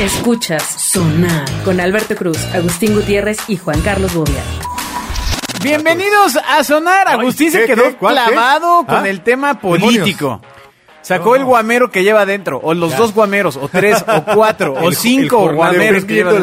Escuchas Sonar con Alberto Cruz, Agustín Gutiérrez y Juan Carlos Bobia. Bienvenidos a Sonar. Agustín se ¿qué, quedó qué? ¿Cuál, qué? clavado con ¿Ah? el tema político. Sacó el guamero que lleva adentro, o los dos guameros, o tres, o cuatro, o cinco guameros que lleva Dependiendo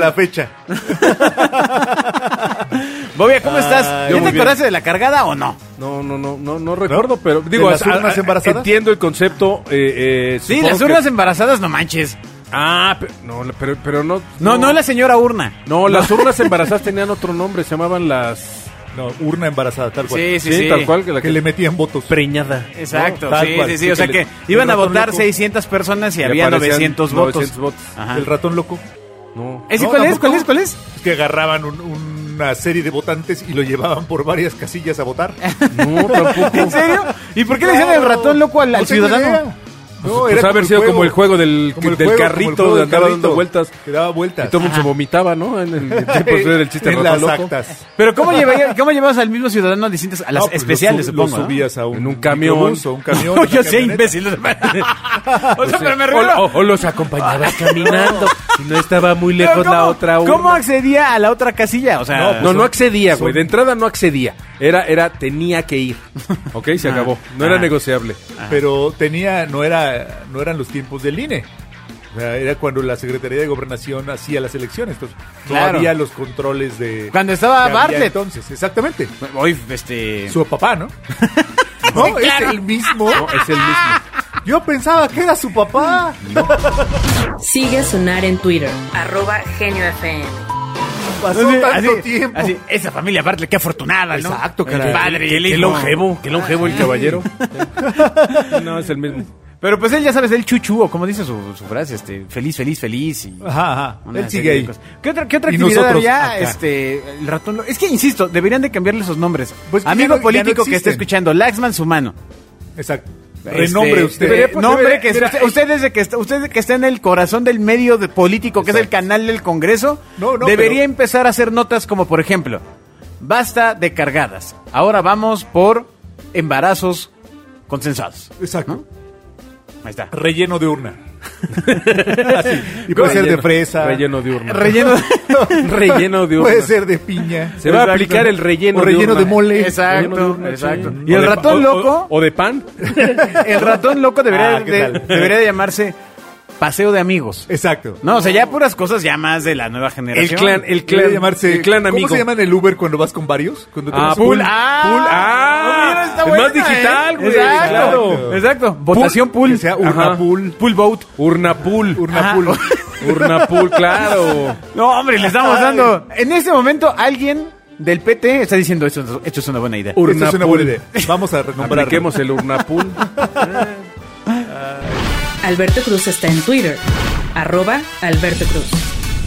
la adentro. fecha. Bobia, Ah, ¿cómo estás? yo ¿Ya te muy bien. acordaste de la cargada o no? No, no, no, no, no recuerdo, pero ¿De digo, las a- a- urnas embarazadas? entiendo el concepto. eh, eh, Sí, supongo las que- urnas em- embarazadas, no manches. Ah, pero no, la- pero, pero no. No, no, la señora urna. No, las urnas embarazadas tenían otro nombre, se llamaban las. No, urna embarazada, tal cual. Sí, sí, sí. tal cual que la Que le metían votos. preñada. Exacto, ¿no? Tal sí, cual, sí, sí. O sí, sea que que le- iban el a ratón votar loco. 600 personas y, Y había aparecían 900 votos. 900 votos. Ajá. El ratón loco. No. ¿Ese No, cuál es? tampoco. ¿Cuál es? ¿Cuál es? Que agarraban un- una serie de votantes y lo llevaban por varias casillas a votar. No, tampoco. ¿En serio? ¿Y por qué le decían el ratón loco al, al No tengo ciudadano? idea. Pues, No, pues, era ha haber sido como el juego del, como el del juego, como el carrito, juego de del andaba dando carrito, vueltas. Que daba Y vueltas. todo el mundo se vomitaba, ¿no? En el, en tiempo del chiste en ratón las loco. actas. Pero ¿cómo, llevaría- cómo llevabas al mismo ciudadano a distintas, a las No, pues, especiales, lo sub- supongo? Lo ¿no? subías a un, En un camión. microbús o un camión. No, una yo sé, camioneta. imbécil. o sea, pero me refiero- o, o- o los acompañabas caminando. y no estaba muy pero lejos la ¿cómo- otra urna. ¿Cómo accedía a la otra casilla? O sea, No, pues, No, Son- no accedía, güey. son- De entrada no accedía. Era, era, tenía que ir. Ok, se acabó. No era Ah. negociable. Pero tenía, no era, no eran los tiempos del INE. O sea, era cuando la Secretaría de Gobernación hacía las elecciones. Entonces, Claro. no había los controles de. Cuando estaba que había Bartlett. Entonces, exactamente. hoy, este... Su papá, ¿no? no, es el mismo. Es el mismo. Yo pensaba que era su papá. Sigue a Sonar en Twitter, arroba Genio FM. Pasó Así- tanto así- tiempo. así, esa familia Bartlett, qué afortunada, ¿no? Exacto, El caray. padre y el hijo. Qué longevo, qué longevo el caballero. No, es el mismo. Pero pues él, ya sabes, el chuchu, o como dice su, su frase, este, feliz, feliz, feliz. Y Ajá, ajá. una Él serie sigue de ahí. cosas. ¿Qué otra, qué otra Y actividad nosotros había? acá. Este, el ratón. lo- Es que, insisto, deberían de cambiarle esos nombres. Pues que Amigo ya no- ya no político que esté existen. escuchando, Laxman Sumano. Exacto. Este, Renombre usted. eh, debería- Debería- nombre debería- que es- mira, usted, ahí- usted desde que está, usted que está en el corazón del medio de político, que es el Exacto. canal del Congreso, No, no, debería pero- empezar a hacer notas como por ejemplo, basta de cargadas. Ahora vamos por embarazos consensuados. Exacto. Ahí está. Relleno de urna. Así. Y puede ser de Relleno- fresa. Relleno de urna. Relleno. Relleno de urna. Puede ser de piña. Se va a aplicar el relleno O relleno de urna. de mole. Relleno de exacto, urna, exacto. sí. Y O el de pa- o- ratón loco, O, o de pan. el ratón loco debería, Ah, ¿qué de- tal? debería de llamarse paseo de amigos. Exacto. No, o sea, ya puras cosas ya más de la nueva El generación. clan, Debe el clan. llamarse, el clan ¿Cómo amigo. se llama en el Uber cuando vas con varios? Cuando te Ah, vas- pool. Pool. Ah, oh, Pool. Ah, mira, está es buena, más digital, ¿eh? güey. Exacto. Claro. Exacto. Votación pool. Que sea urna Ajá. pool. Pool vote. Urna pool. Urna Ajá. pool. Urna pool, claro. No, hombre, le estamos dando. En este momento, alguien del PT está diciendo esto, es- esto es una buena idea. Ur- Esta es una buena Urnapool. idea. Vamos a renombrar. Apliquemos el urna pool. Alberto Cruz está en Twitter, arroba Alberto Cruz.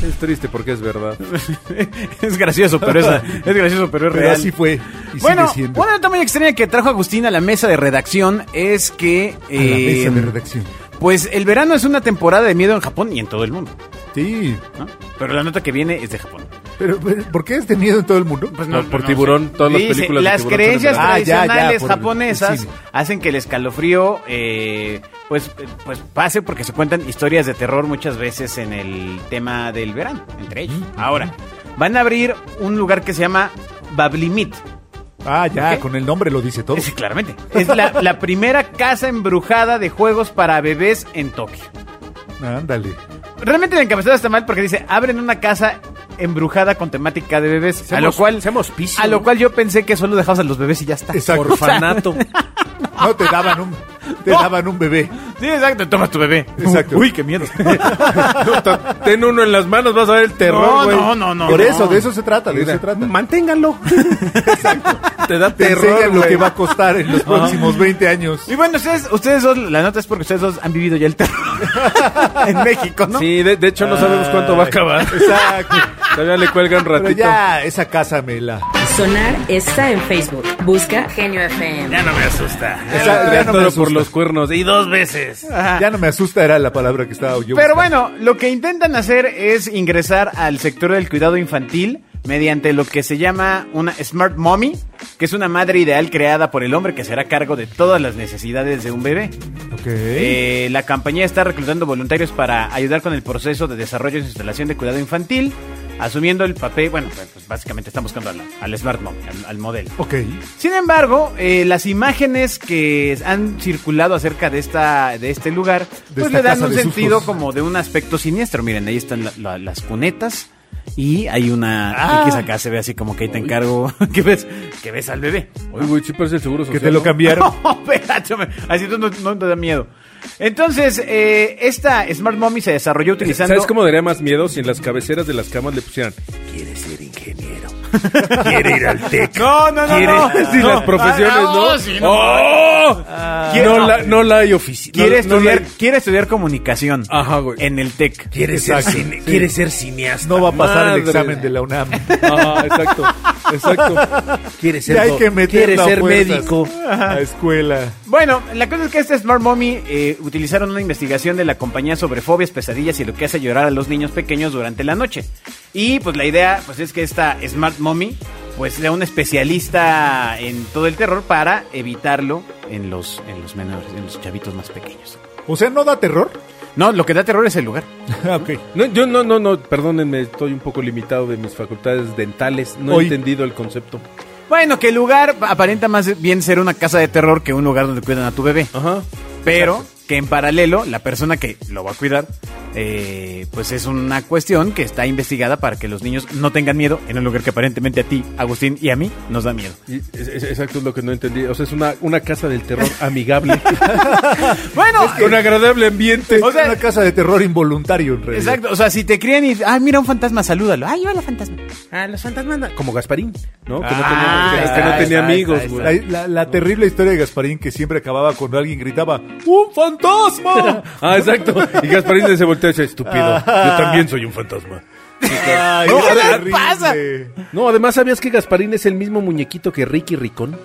Es triste porque es verdad. es gracioso, pero es, es gracioso, pero es Pero real. así fue. Y bueno, sigue siendo. una nota muy extraña que trajo Agustín a la mesa de redacción es que. A la eh, Em. mesa de redacción. Pues el verano es una temporada de miedo en Japón y en todo el mundo. Sí. ¿no? Pero la nota que viene es de Japón. Pero, pero, ¿por qué es de miedo en todo el mundo? Pues No, por tiburón, todas las películas de Las tiburón creencias son de- Ah, ya, ya, tradicionales por el- el japonesas cine. hacen que el escalofrío eh, pues, eh, pues pase porque se cuentan historias de terror muchas veces en el tema del verano, entre ellos. Ahora, van a abrir un lugar que se llama Bablimit. Ah, ya, ¿Qué? con el nombre lo dice todo. Es, claramente. Es la, la primera casa embrujada de juegos para bebés en Tokio. Ándale. Realmente la encabezada está mal porque dice, abren una casa embrujada con temática de bebés. a lo Seamos- cual... seamos piso. A lo cual yo pensé que solo dejabas a los bebés y ya está. Exacto. Orfanato. No te daban un, te No. daban un bebé. Sí, exacto, tomas tu bebé. Exacto. Uy, qué miedo. Ten uno en las manos, vas a ver el No, terror, güey. no, no, no. Por no. eso, de eso se trata, de eso se trata. Manténganlo. Te da Te terror, enseñan lo güey. que va a costar en los próximos 20 años. Y bueno, ustedes, ustedes dos, la nota es porque ustedes dos han vivido ya el terror en México, ¿no? Sí, de, de hecho no sabemos cuánto va a acabar. Ah. Exacto. Todavía le cuelgan Pero ratito. ya, esa casa me la. Sonar está en Facebook, busca Genio FM. no me asusta. esa- ya, Ya no me todo por asusta. los cuernos. Y dos veces. Ajá. Ya no me asusta, era la palabra que estaba yo. Pero buscando. bueno, lo que intentan hacer es ingresar al sector del cuidado infantil mediante lo que se llama una Smart Mommy, que es una madre ideal creada por el hombre que será cargo de todas las necesidades de un bebé. Ok. Eh, la compañía está reclutando voluntarios para ayudar con el proceso de desarrollo y instalación de cuidado infantil, asumiendo el papel, bueno, pues pues, básicamente están buscando al, al Smart Mom, al, al modelo. ok. Sin embargo, eh, las imágenes que han circulado acerca de esta de este lugar, pues esta le dan casa un de sentido sustos. como de un aspecto siniestro. Miren, ahí están la- la- las cunetas y hay una Ah. X acá se ve así como que ahí te encargo que ves que ves al bebé. Oye, güey, sí parece el seguro social. Pues Que te lo ¿no? cambiaron. No, espérate, me- así tú no, no te da miedo. Entonces, eh, esta Smart Mommy se desarrolló utilizando. ¿Sabes cómo daría más miedo si en las cabeceras de las camas le pusieran? Quiere ser ingeniero. Quiere ir al TEC. No, no, no. ¿Quieres? no. Sí, No. las profesiones, Ah, ¿no? sí, ¡Oh! Ah. ¿Quiere- no, la, no la hay oficina. Quiere estudiar, quiere estudiar comunicación Ajá, güey. en el TEC. Quiere ser, cine- quiere ser cineasta. No va a pasar el Madre. examen de la UNAM. Ajá, Ah, exacto. Exacto. Quiere ser, Ya hay doc- que meterlo quiere a ser fuerzas médico. A escuela. Bueno, la cosa es que este Smart Mommy eh, utilizaron una investigación de la compañía sobre fobias, pesadillas y lo que hace llorar a los niños pequeños durante la noche. Y pues la idea pues es que esta Smart Mommy pues sea un especialista en todo el terror para evitarlo en los en los menores, en los chavitos más pequeños. O sea, ¿no da terror? No, lo que da terror es el lugar. Ah, ok. No, yo no, no, no, perdónenme, estoy un poco limitado de mis facultades dentales. No Hoy- he entendido el concepto. Bueno, que el lugar aparenta más bien ser una casa de terror que un lugar donde cuidan a tu bebé. Ajá. Pero que en paralelo, la persona que lo va a cuidar, eh, pues es una cuestión que está investigada para que los niños no tengan miedo en un lugar que aparentemente a ti, Agustín y a mí nos da miedo. Y es- es- exacto es lo que no entendí. O sea, es una, una casa del terror amigable. Bueno, con agradable ambiente. O sea- es una casa de terror involuntario, en realidad. exacto. O sea, si te crían y, ay, mira un fantasma, salúdalo. Ay, hola fantasma. Ah, los fantasmas. no- Como Gasparín, ¿no? Que no Ah, tenía, que- ahí que no está, tenía ahí está, ahí amigos, está, La, güey. la- la terrible historia de Gasparín que siempre acababa cuando alguien gritaba ¡Un fantasma! Ah, exacto. Y Gasparín se voltea y dice, estúpido, yo también soy un fantasma. Ay, No, qué a ver, terrible. pasa. No, además, ¿sabías que Gasparín es el mismo muñequito que Ricky Ricón?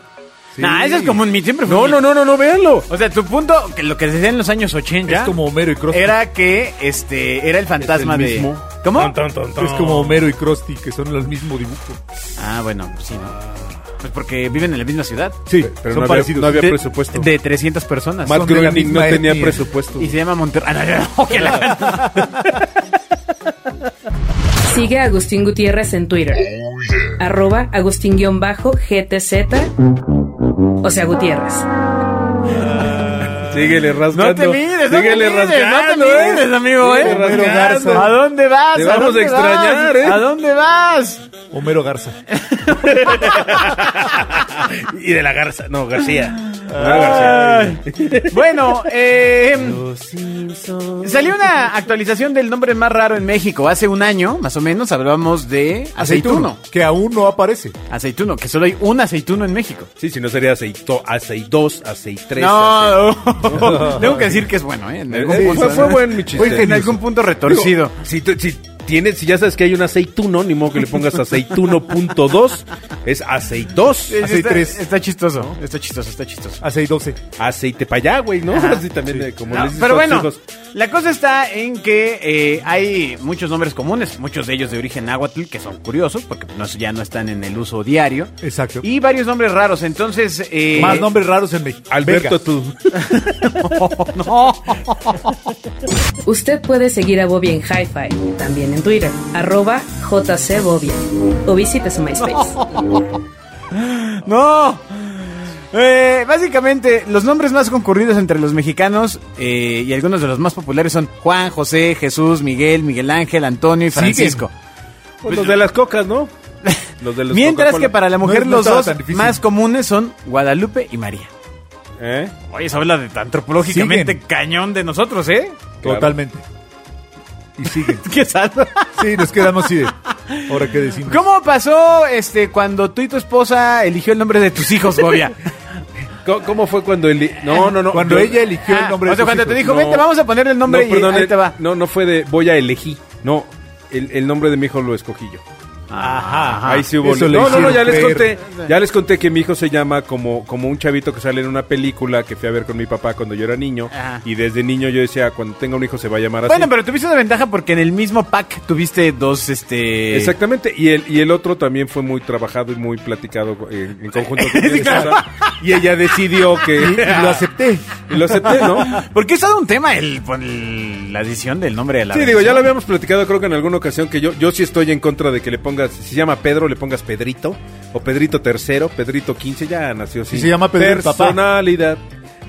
Sí. Nah, eso es como en mi siempre fue No, mi- no, no, no, no, véanlo. O sea, tu punto, que lo que se decía en los años 80 Es como Homero y Krusty. era que este era el fantasma el de. mismo. ¿Cómo? Es como Homero y Krusty, que son el mismo dibujo. Ah, bueno, pues sí, ¿no? Pues porque viven en la misma ciudad. Sí, Pero son no había, parecidos. no había de, presupuesto. De 300 personas. Matt son de la Groening no misma tenía etnia. presupuesto. Y se llama Monterrey. Ah, no, no, no, que la- Sigue a Agustín Gutiérrez en Twitter. Arroba Agustín-GTZ. O sea, Gutiérrez. Síguele rascando. No te mires, no te síguele mires, rascando, no te ¿eh? mires, amigo, ¿eh? Síguele Homero rascando. Garza. ¿A dónde vas? Te ¿A vamos a dónde extrañar, vas? ¿eh? ¿A dónde vas? Homero Garza. Y de la Garza. No, García. Ah. Ay. Bueno, eh, salió una actualización del nombre más raro en México. Hace un año, más o menos, hablábamos de aceituno. Que aún no aparece. Aceituno, que solo hay un aceituno en México. Sí, si no sería aceito, aceitos, aceitres. No, tengo que decir que es bueno, ¿eh? En algún Eh, punto, fue- fue buen mi chiste. Oye, en algún punto retorcido. Digo, si, tú- si tienes, si ya sabes que hay un aceituno, ni modo que le pongas aceituno.2, es aceitos. Sí, sí, está, Aceitres. está chistoso, está chistoso, está chistoso. Hace 12. Aceite para allá, güey, ¿no? Así también, eh, como No, les dicen pero a los bueno, hijos. la cosa está en que eh, hay muchos nombres comunes, muchos de ellos de origen náhuatl, que son curiosos porque pues, no- ya no están en el uso diario. Exacto. Y varios nombres raros, entonces... eh, Más nombres raros en México. Alberto, Venga. tú. no. Usted puede seguir a Bobby en Hi-Fi, también en Twitter, arroba JCBobby, o visite su MySpace. No. Eh, básicamente, los nombres más concurridos entre los mexicanos eh, y algunos de los más populares son Juan, José, Jesús, Miguel, Miguel Ángel, Antonio y Francisco. Pues los de las cocas, ¿no? Los de los Mientras Coca-Cola. que para la mujer No, no los estaba dos tan difícil. más comunes son Guadalupe y María. ¿Eh? Oye, se habla de antropológicamente Siguen. cañón de nosotros, ¿eh? Claro. Totalmente. Y siguen. ¿Qué salva? Sí, nos quedamos así de. Ahora qué decimos. ¿Cómo pasó este cuando tú y tu esposa eligió el nombre de tus hijos, Bobia? ¿Cómo, cómo fue cuando el... No, no, no. Cuando yo- ella eligió el nombre Ah, o de sea, sus cuando te hijos. dijo, No. vente, vamos a poner el nombre no, y perdón, ahí eh, te va. No, no fue de voy a elegir. No, el, el nombre de mi hijo lo escogí yo. Ajá, ajá. Ahí sí hubo. Ah, Eso le No, no, no, hicieron ya les creer. conté. Ya les conté que mi hijo se llama como, como un chavito que sale en una película que fui a ver con mi papá cuando yo era niño. Ajá. Y desde niño yo decía, cuando tenga un hijo se va a Ah, llamar así. Bueno, pero tuviste una ventaja porque en el mismo pack tuviste dos, este... Exactamente, y el, y el otro también fue muy trabajado y muy platicado eh, en conjunto con mi esposa. Y ella decidió que... Y- y lo acepté. Y lo acepté, ¿no? Porque es todo un tema el, pues, el- la adición del nombre de la Sí, digo, ya lo veo. habíamos platicado creo que en alguna ocasión que yo, yo sí estoy en contra de que le pongas, si se llama Pedro, le pongas Pedrito, o Pedrito tercero, Pedrito 15, ya nació así. Si se llama Pedro, el papá. Personalidad,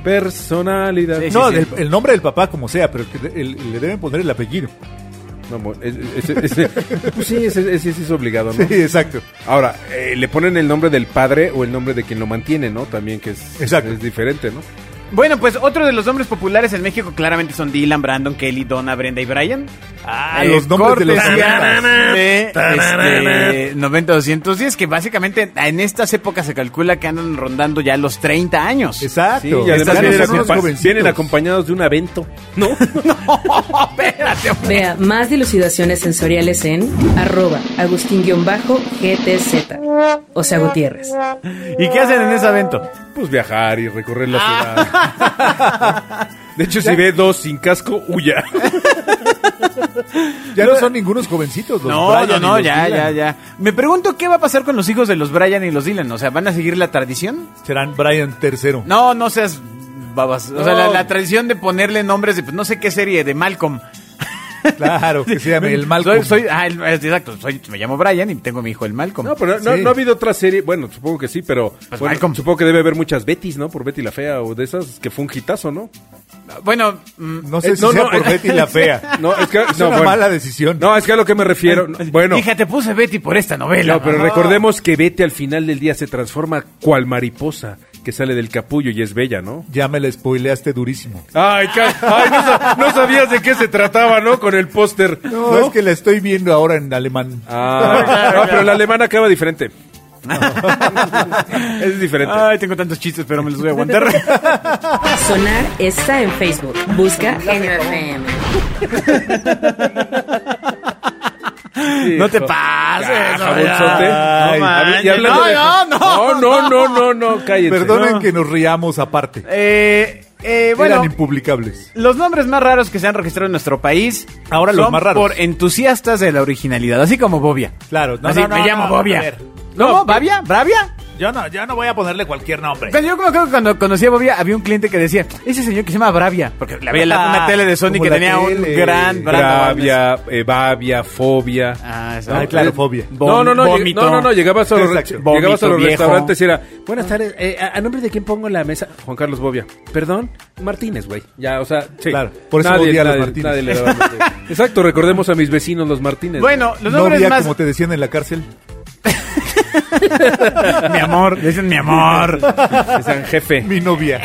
personalidad. Sí, sí, No, sí. del- El, nombre del papá como sea, pero que el- le deben poner el apellido. No, mo- es- es- es- pues sí, ese ese sí es obligado, Sí, ¿no? exacto. Ahora, eh, le ponen el nombre del padre o el nombre de quien lo mantiene, ¿no? También que es, Exacto. es diferente, ¿no? Bueno, pues otro de los nombres populares en México claramente son Dylan, Brandon, Kelly, Donna, Brenda y Brian. Ah, los nombres de los artistas. Este, este, de este, 90-210, que básicamente en estas épocas se calcula que andan rondando ya los 30 años. Sí, Exacto. y además Están vienen, eran unos acompa- jovencitos. vienen acompañados de un evento, ¿no? Espérate, hombre. Vea más dilucidaciones sensoriales en arroba agustín-gtz. O sea, Gutiérrez. ¿Y qué hacen en ese evento? Pues viajar y recorrer la Ah. ciudad. De hecho, si ve dos sin casco, huya. Ya no son ningunos jovencitos. Los No, Brian no, y no, los ya, ya, Dylan. ya. Me pregunto qué va a pasar con los hijos de los Brian y los Dylan. O sea, ¿van a seguir la tradición? Serán Brian tercero. No, no seas babas. O sea, No. la, la tradición de ponerle nombres de pues, no sé qué serie, de Malcolm. Claro, que se llame el mal. Soy, soy- ah, el- es- exacto, soy- me llamo Brian y tengo mi hijo el Malcolm. No, pero no, Sí. no ha habido otra serie. Bueno, supongo que sí, pero. Pues bueno, Malcolm. supongo que debe haber muchas Betis, ¿no? Por Betty la Fea o de esas, que fue un hitazo, ¿no? Bueno, mm, No sé Eh, si no, sea no, por eh, Betty la fea. No, es que. Es no, una bueno. mala decisión. No, es que a lo que me refiero. Bueno. hija, te puse Betty por esta novela. No, pero Ajá. recordemos que Betty al final del día se transforma cual mariposa que sale del capullo y es bella, ¿no? Ya me la spoileaste durísimo. Ay, ca- ay, no, sa- no sabías de qué se trataba, ¿no? Con el póster. No, es que la estoy viendo ahora en alemán. Ah, no, pero el alemán acaba diferente. es diferente. Ay, tengo tantos chistes, pero me los voy a aguantar. Sonar está en Facebook. Busca Genio FM. no te Hijo. pases. Ah, no, jabonzote. ya. Ay, No, a- y manches. hablando de- no, no, no. no, no, no, no, cállense. Perdonen que nos riamos aparte. Eh, eh, bueno, Eran impublicables. los nombres más raros que se han registrado en nuestro país Ahora los son más raros. por entusiastas de la originalidad, así como Bobia. Claro, Así, me llamo Bobia. ¿Cómo? ¿Babia? ¿Bravia? Yo no, yo no voy a ponerle cualquier nombre. Cuando yo creo que cuando conocí a Bobia había un cliente que decía, ese señor que se llama Bravia, porque le había la- una Ah, tele de Sony como que la tenía un tele. gran brand. Bravia, eh, babia, fobia. eh, Ah, eso. Ah, claro, fobia. No, no, no, lleg- Vómito. no, no, no, llegabas a los, Exacto. llegabas a los Vómito, viejo. restaurantes y era, buenas tardes, eh, ¿a, a nombre de quién pongo la mesa? Juan Carlos Bobia. Perdón, Martínez, güey. Ya, o sea, sí. Claro, por eso nadie, odia a los nadie- Martínez. nadie le daba- Exacto, recordemos a mis vecinos los Martínez. Bueno, los No nombres había, más... como te decían en la cárcel. mi amor, le dicen mi amor. que sean jefe, Mi novia.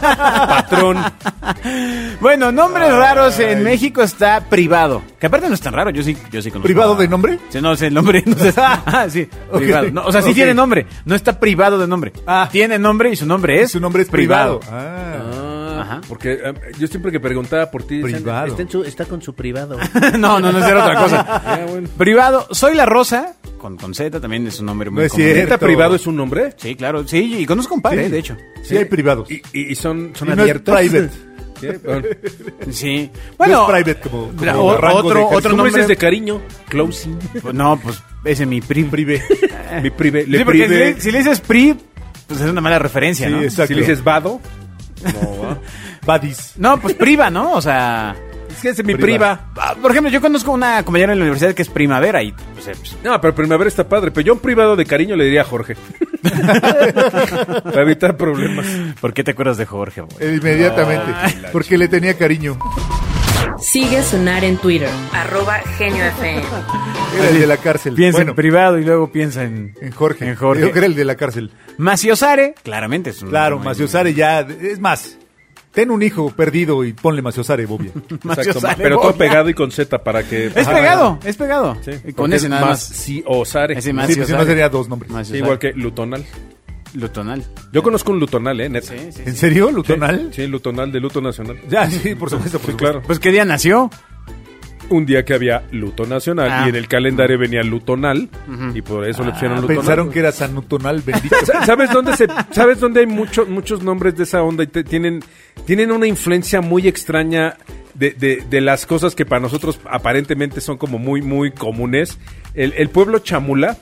patrón. bueno, nombres raros en México está privado. Que aparte no es tan raro, yo sí, yo sí conozco. ¿Privado de nombre? Sí, no, sí, el nombre. no sé. ah, sí, Ok, privado. No, o sea, sí ok. tiene nombre, no está privado de nombre. Ah. Tiene nombre y su nombre es... Su nombre es privado. Ah. Ah, Ajá. Porque eh, yo siempre que preguntaba por ti, decían, Privado. "Está en su- está con su privado. Ah. no, no, no es otra cosa. Ah, bueno. Privado, soy la Rosa, con, con Z también es un nombre muy No es común. cierto. ¿Neta privado es un nombre? Sí, claro, sí, y conozco un par, Sí. eh, de hecho. Sí, hay privados. Y, y- y son, son Y no es abiertos. private. Sí, bueno. Sí. Bueno, es private como- como la- rango otro, de cariño. otro ¿Cómo nombre dices de cariño? Closing. Pues no, pues ese mi pri. Privé. Mi prive, le sí, porque si prive. le, si le dices pri, pues es una mala referencia, Sí, ¿no? exacto. Si le dices vado. No, va. Badis. No, pues priva, ¿no? O sea, Es que es mi priva. Priva. ah, por ejemplo, yo conozco una compañera en la universidad que es primavera y pues, eh, pues, No, pero primavera está padre. Pero yo un privado de cariño le diría a Jorge. Para evitar problemas. ¿por qué te acuerdas de Jorge? güey? Eh, Inmediatamente. porque le tenía cariño. Sigue a Sonar en Twitter. Arroba Genio FM. Era el de la cárcel. Piensa bueno, en privado y luego piensa en, en Jorge. En Jorge. Yo creo que era el de la cárcel. Maciosare, claramente es un Claro, muy- Maciosare ya. Es más, ten un hijo perdido y ponle Maciosare, Bobia. Exacto. Maciosare, Pero todo Bobia. pegado y con Z para que. Es Ajá. pegado, es pegado. Sí, Y con porque ese es nada más. más. Sí, o Sare. Ese Sí, pues si no Maciosare. sería dos nombres. Maciosare. Igual que Lutonal. Lutonal. Yo conozco un Lutonal, ¿eh? Neta. Sí, sí, ¿En sí. serio, Lutonal? Sí, Lutonal de Luto Nacional. Ya, sí, por supuesto, por Sí, claro. Pues qué día nació. un día que había luto nacional Ah. y en el calendario venía lutonal y por eso le pusieron Ah, lutonal. pensaron que era Sanutonal bendito. Sa- ¿Sabes dónde se sabes dónde hay muchos muchos nombres de esa onda y te- tienen tienen una influencia muy extraña de, de- de las cosas que para nosotros aparentemente son como muy muy comunes. El, el pueblo Chamula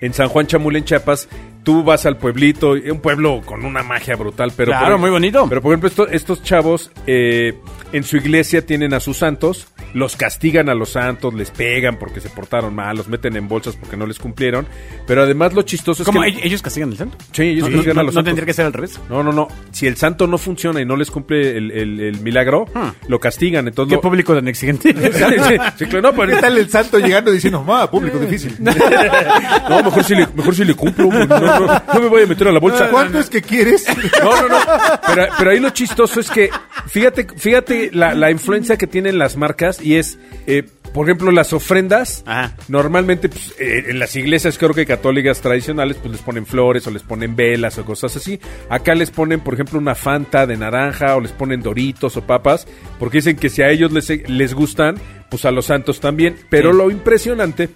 en San Juan Chamula en Chiapas Tú vas al pueblito, un pueblo con una magia brutal, pero... Claro, muy bonito. Pero por ejemplo, esto- estos chavos eh, en su iglesia tienen a sus santos, los castigan a los santos, les pegan porque se portaron mal, los meten en bolsas porque no les cumplieron, pero además lo chistoso es ¿Cómo? Pues que... ¿Ell- ¿Ellos castigan al santo? Sí, ellos no, castigan no- a los no santos. tendría que ser al revés. No, no, no. Si el santo no funciona y no les cumple el, el- el milagro, Ah. lo castigan. Entonces, ¿Qué lo- público tan exigente? Sí, sí, claro, no, pues, pero- ¿Qué tal el santo llegando diciendo, ma, público difícil? no, mejor si le, mejor si le cumplo. güey. No, no, no me voy a meter a la bolsa. ¿Cuánto es que quieres? No, no, no. Pero, pero ahí lo chistoso es que, fíjate, fíjate la, la influencia que tienen las marcas y es, eh, por ejemplo, las ofrendas. Ajá. Normalmente pues, eh, en las iglesias creo que católicas tradicionales pues les ponen flores o les ponen velas o cosas así. Acá les ponen, por ejemplo, una fanta de naranja o les ponen doritos o papas porque dicen que si a ellos les, les gustan, pues a los santos también. Pero Sí. lo impresionante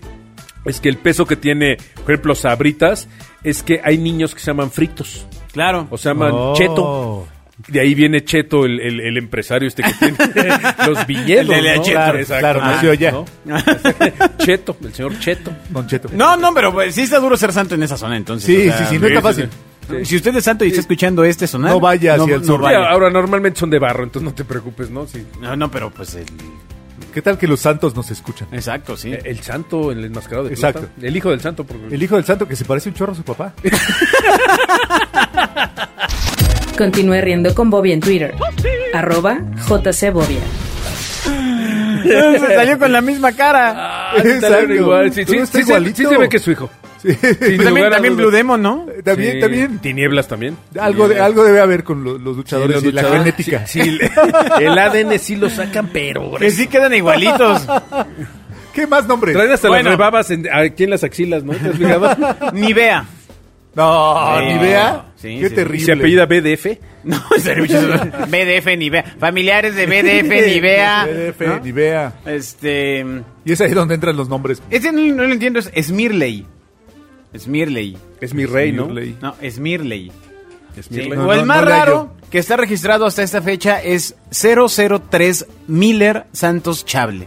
es que el peso que tiene, por ejemplo, sabritas es que hay niños que se llaman fritos. claro. O sea, llaman Oh. Cheto. De ahí viene Cheto, el, el- el empresario este que tiene los El billetes. de la ¿no? Cheto. Claro, Exacto. claro, Ah, nació allá. ¿no? Cheto, el señor Cheto. Don Cheto. No, no, pero pues, sí está duro ser santo en esa zona, entonces. Sí, sí, sí, no está fácil. Si usted es santo y está escuchando este sonar... No vaya hacia el sur. Sí, vaya. ahora normalmente son de barro, entonces no te preocupes, ¿no? Sí. No, no, pero pues el... ¿Qué tal que los santos nos escuchan? Exacto, sí. Eh, El santo, el enmascarado de plata. Exacto. El hijo del santo. Porque... El hijo del santo que se parece un chorro a su papá. Continúe riendo con Bobia en Twitter. Arroba JCBobia. Se salió con la misma cara. Ah, sí, tal vez igual. Sí, Tú sí, está sí, se- igualito. sí se ve que es su hijo. Sí. Sin lugar Pues También, a también dudas. Blue Demon, ¿no? También, Sí. también. Tinieblas también. Algo, de- algo debe haber con lo- los Sí, luchadores los y la luchadores, genética. sí, sí, el, el ADN sí lo sacan, pero... Que sí quedan igualitos. ¿Qué más nombre? Traen hasta Bueno. las rebabas en- aquí en las axilas, ¿no? ¿Te has fijado? Ni vea. No, Sí. ni vea. Sí, Qué sí. Y terrible. se apellida BDF. No, en serio. muchísimas- BDF, ni vea. Familiares de BDF, ni vea. BDF, ¿no? ni vea. Este... Y es ahí donde entran los nombres. Este no, no lo entiendo, es Smirley. Smirley. Es mi rey, ¿no? Smirley. No, Smirley. Es Sí. mi rey. No, o el no, más no le raro que está registrado hasta esta fecha es 003 Miller Santos Chable.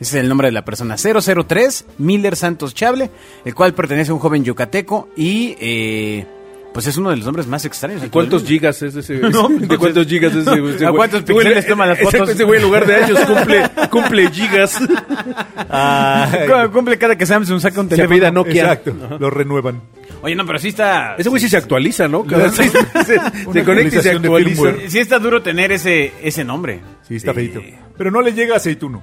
Ese es el nombre de la persona. 003 Miller Santos Chable, el cual pertenece a un joven yucateco y eh, pues es uno de los nombres más extraños. ¿De ¿Cuántos actualmente. gigas es ese? güey? No, ¿De entonces- cuántos gigas es ese? güey? Ese ¿A güey- cuántos ese güey- pixeles toman las Exacto, fotos? ese güey en lugar de años cumple, cumple gigas. Cu- Cumple cada que Samsung saca un Se teléfono. Eh, vida Nokia. Exacto. Lo renuevan. Oye, no, pero sí está... Ese güey sí se actualiza, ¿no? Cada seis meses se conecta y se actualización de actualiza. firmware. sí está duro tener ese, ese nombre. Sí, está feito. Eh, Pero no le llega aceituno.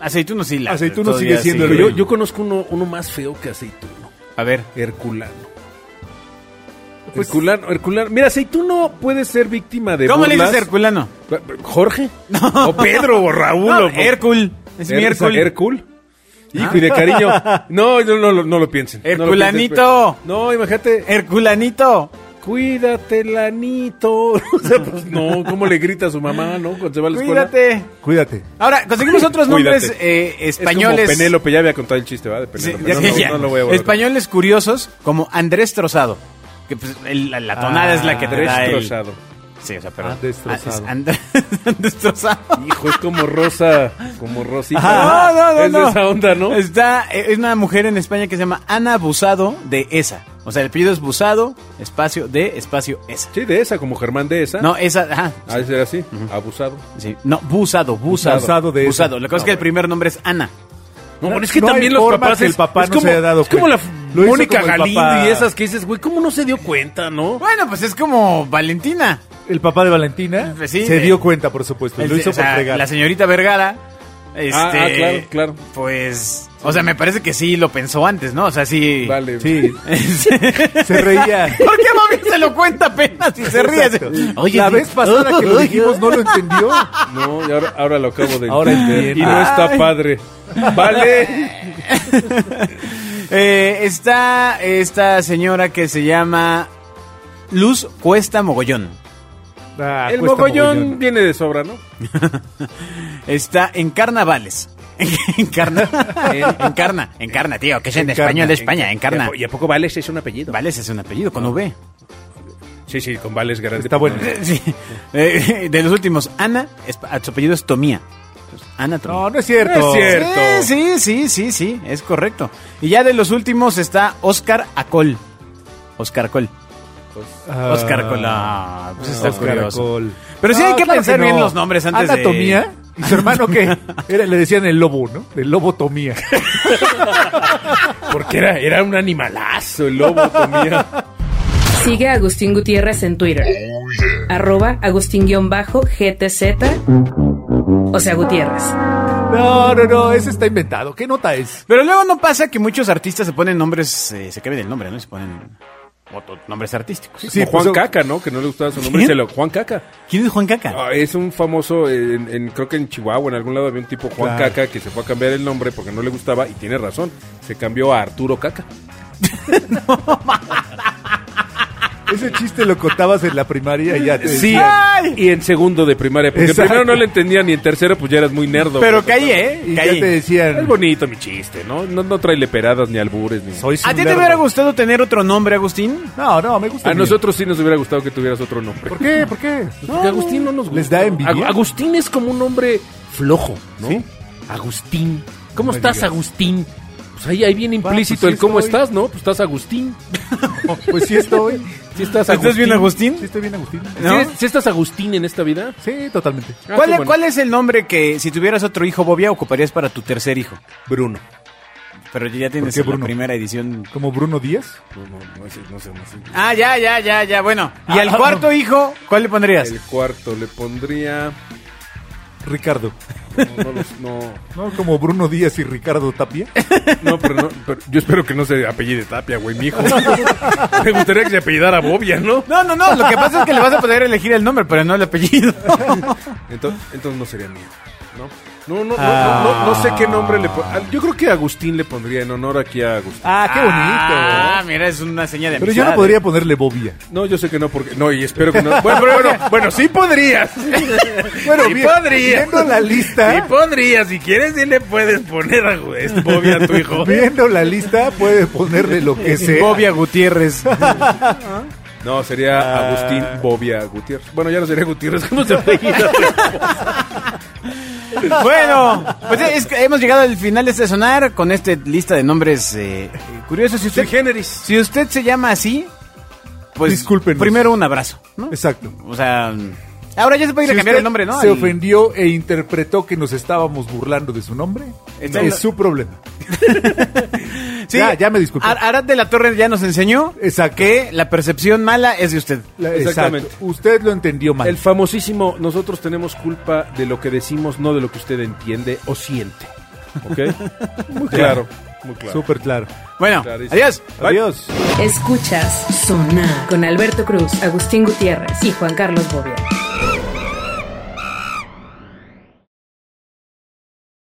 Aceituno sí la... Aceituno todavía sigue siendo Pero el yo, rey. yo conozco uno, uno más feo que aceituno. A ver. Herculano. Pues- Herculano, Herculano. Mira, aceituno puede ser víctima de ¿Cómo le burlas. dices Herculano? ¿Jorge? O Pedro o Raúl. No, o- Hércul. Es Ah. mi Hércul. Hércul. Hijo, y de cariño. No, no, no, no, no lo piensen. No lo piensen, Herculanito. pues. No, imagínate. Herculanito. Cuídate, lanito. O sea, pues no, ¿cómo le grita a su mamá, no? Cuando se va a la escuela. Cuídate. Cuídate. Ahora, conseguimos otros nombres Cuídate. eh, españoles. Es como Penélope, ya había contado el chiste, ¿va? De Sí, ya- Penélope. no, no, ya. no lo voy a volver. Españoles curiosos como Andrés Trozado. Que pues, el- la, la tonada Ah, es la que te Andrés da el... Trozado. Sí, o sea, pero... Andrés Trozado. Ah, es Andrés Andrés Trozado. Hijo, es como rosa, como rosita. No, no, no, Es no. de esa onda, ¿no? Está, es una mujer en España que se llama Ana Busado de Esa. O sea, el apellido es Busado, espacio de, espacio Esa. Sí, de esa, como Germán de esa. No, Esa, ajá. Ah, ese era así, abusado. Sí. No, Busado, Busado. Busado de Esa. Busado. La cosa es que el primer nombre es Ana. No, No, es que no hay también los forma papás. que el es- papá es no se como- haya dado Es como la cuenta. Lo hizo Mónica como el Galindo papá. y esas que dices, güey, ¿cómo no se dio cuenta, no? Bueno, pues es como Valentina. El papá de Valentina Pues sí, se eh. dio cuenta, por supuesto. y Pues Lo Este, hizo o sea, por fregar. La señorita Vergara. Este, Ah, ah, claro, claro. Pues, o sea, me parece que sí lo pensó antes, ¿no? O sea, sí. Vale. Sí, ¿Por se reía. qué mami se lo cuenta apenas y se ríe? Exacto. Oye, la sí. vez pasada que lo dijimos no lo entendió. No, y ahora, ahora lo acabo de Ahora entender. entiendo. Y no está padre. Vale. Eh, está esta señora que se llama Luz Cuesta Mogollón. Ah, El cuesta mogollón viene de sobra, ¿no? Está en carnavales. encarna, encarna, encarna, tío, que es en Encarna, español de España, encarna. ¿Y a poco Vales es un apellido? Vales es un apellido con V. Sí, sí, con Vales grande. Está bueno. Sí. Eh, De los últimos, Ana, es- ah, su apellido es Tomía. Entonces, Ana Tomía. No, no es cierto. No es cierto. Sí, sí, sí, sí, sí, es correcto. Y ya de los últimos está Oscar Acol. Oscar Acol. Ah, Oscar Acol. Ah, pues está Oscar curioso. Acol. Pero sí hay Ah, que claro pensar no. bien los nombres antes de- Anatomía. ¿Y su hermano qué? Era- le decían el lobo, ¿no? El lobotomía. Porque era, era un animalazo el lobo, comía. Sigue a Agustín Gutiérrez en Twitter. Arroba Agustín-GTZ. O sea, Gutiérrez. No, no, no, ese está inventado. ¿Qué nota es? Pero luego no pasa que muchos artistas se ponen nombres, eh, se cambian el nombre, ¿no? Se ponen otro- nombres artísticos. Sí, pues, Juan Caca, ¿no? Que no le gustaba su nombre. ¿Quién? se lo- Juan Caca. ¿Quién es Juan Caca? Ah, es un famoso, eh, en, en- creo que en Chihuahua, en algún lado había un tipo Juan Claro. Caca que se fue a cambiar el nombre porque no le gustaba y tiene razón. Se cambió a Arturo Caca. Ese chiste lo contabas en la primaria y ya te Sí, decían. y en segundo de primaria. Porque en Exacto. primero no le entendían y en tercero pues ya eras muy nerdo. Pero güey. caí, ¿eh? Y ya Caí. te Es decían. bonito mi chiste, ¿no? No, no trae leperadas ni albures. Ni... Soy ¿A un ti te lerdo. hubiera gustado tener otro nombre, Agustín? No, no, me gusta. A el mío. nosotros sí nos hubiera gustado que tuvieras otro este nombre. ¿Por qué? ¿Por qué? Porque Agustín no nos gusta. ¿Les da envidia? Ag- Agustín es como un hombre flojo, ¿no? ¿Sí? Agustín. ¿Cómo me estás, digas. Agustín? Pues ahí, ahí viene Va, implícito pues sí el cómo estoy. estás, ¿no? Pues estás Agustín. Pues sí estoy. Sí estás Agustín. ¿Estás bien, Sí Agustín? estoy bien, Agustín. ¿No? ¿Sí, sí estás Agustín en esta vida? Sí, totalmente. Ah, ¿Cuál, qué bueno. cuál es el nombre que si tuvieras otro hijo, Bobia, ocuparías para tu tercer hijo? Bruno. Pero ya tienes qué la Bruno? primera edición. Como Bruno Díaz. No, no, no, sé, no sé, no sé. Ah, ya, ya, ya, ya, bueno. ¿Y Ah, al ah, cuarto no. hijo, cuál le pondrías? El cuarto le pondría... Ricardo. No, no, los- no, ¿No? Como Bruno Díaz y Ricardo Tapia. no, pero no, pero yo espero que no se apellide Tapia, güey, mijo. Me gustaría que se apellidara Bobia, ¿no? No, no, no, lo que pasa es que le vas a poder elegir el nombre, pero no el apellido. Entonces, entonces no sería mío, ¿no? No, no, no, Ah. no, no, no sé qué nombre le pon- ah, Yo creo que Agustín le pondría en honor aquí a Agustín. Ah, qué bonito. Ah, mira, es una seña de Pero yo no amistad, ¿eh? podría ponerle Bobia. No, yo sé que no, porque. No, y espero que no. Bueno, pero bueno, bueno, sí podrías. Bueno, sí bien, podrías. viendo la lista, Sí podrías. Si quieres, sí le puedes poner a Agustín, Bobia a tu hijo. viendo la lista, puede ponerle lo que ¿eh? sea. Bobia Gutiérrez. No, sería Agustín Bobia Gutiérrez. Bueno, ya no sería Gutiérrez. ¿Cómo se apellida? bueno, pues es que hemos llegado al final de este sonar con esta lista de nombres eh, curiosos. Si usted, Sui generis. si usted se llama así, pues Discúlpenos. primero un abrazo, ¿no? Exacto. O sea, ahora ya se puede ir a Si cambiar usted el nombre, ¿no? Se Al- ofendió e interpretó que nos estábamos burlando de su nombre. Está en es la- su problema. Sí, Ya, ya me disculpé. Ar- Arad de la Torre ya nos enseñó Exacto. que la percepción mala es de usted. La- Exactamente. exacto. Usted lo entendió mal. El famosísimo, nosotros tenemos culpa de lo que decimos, no de lo que usted entiende o siente. ¿Ok? Muy claro, muy claro. Súper claro. Bueno, Clarísimo. adiós. Adiós. Escuchas Sonar con Alberto Cruz, Agustín Gutiérrez y Juan Carlos Bobia.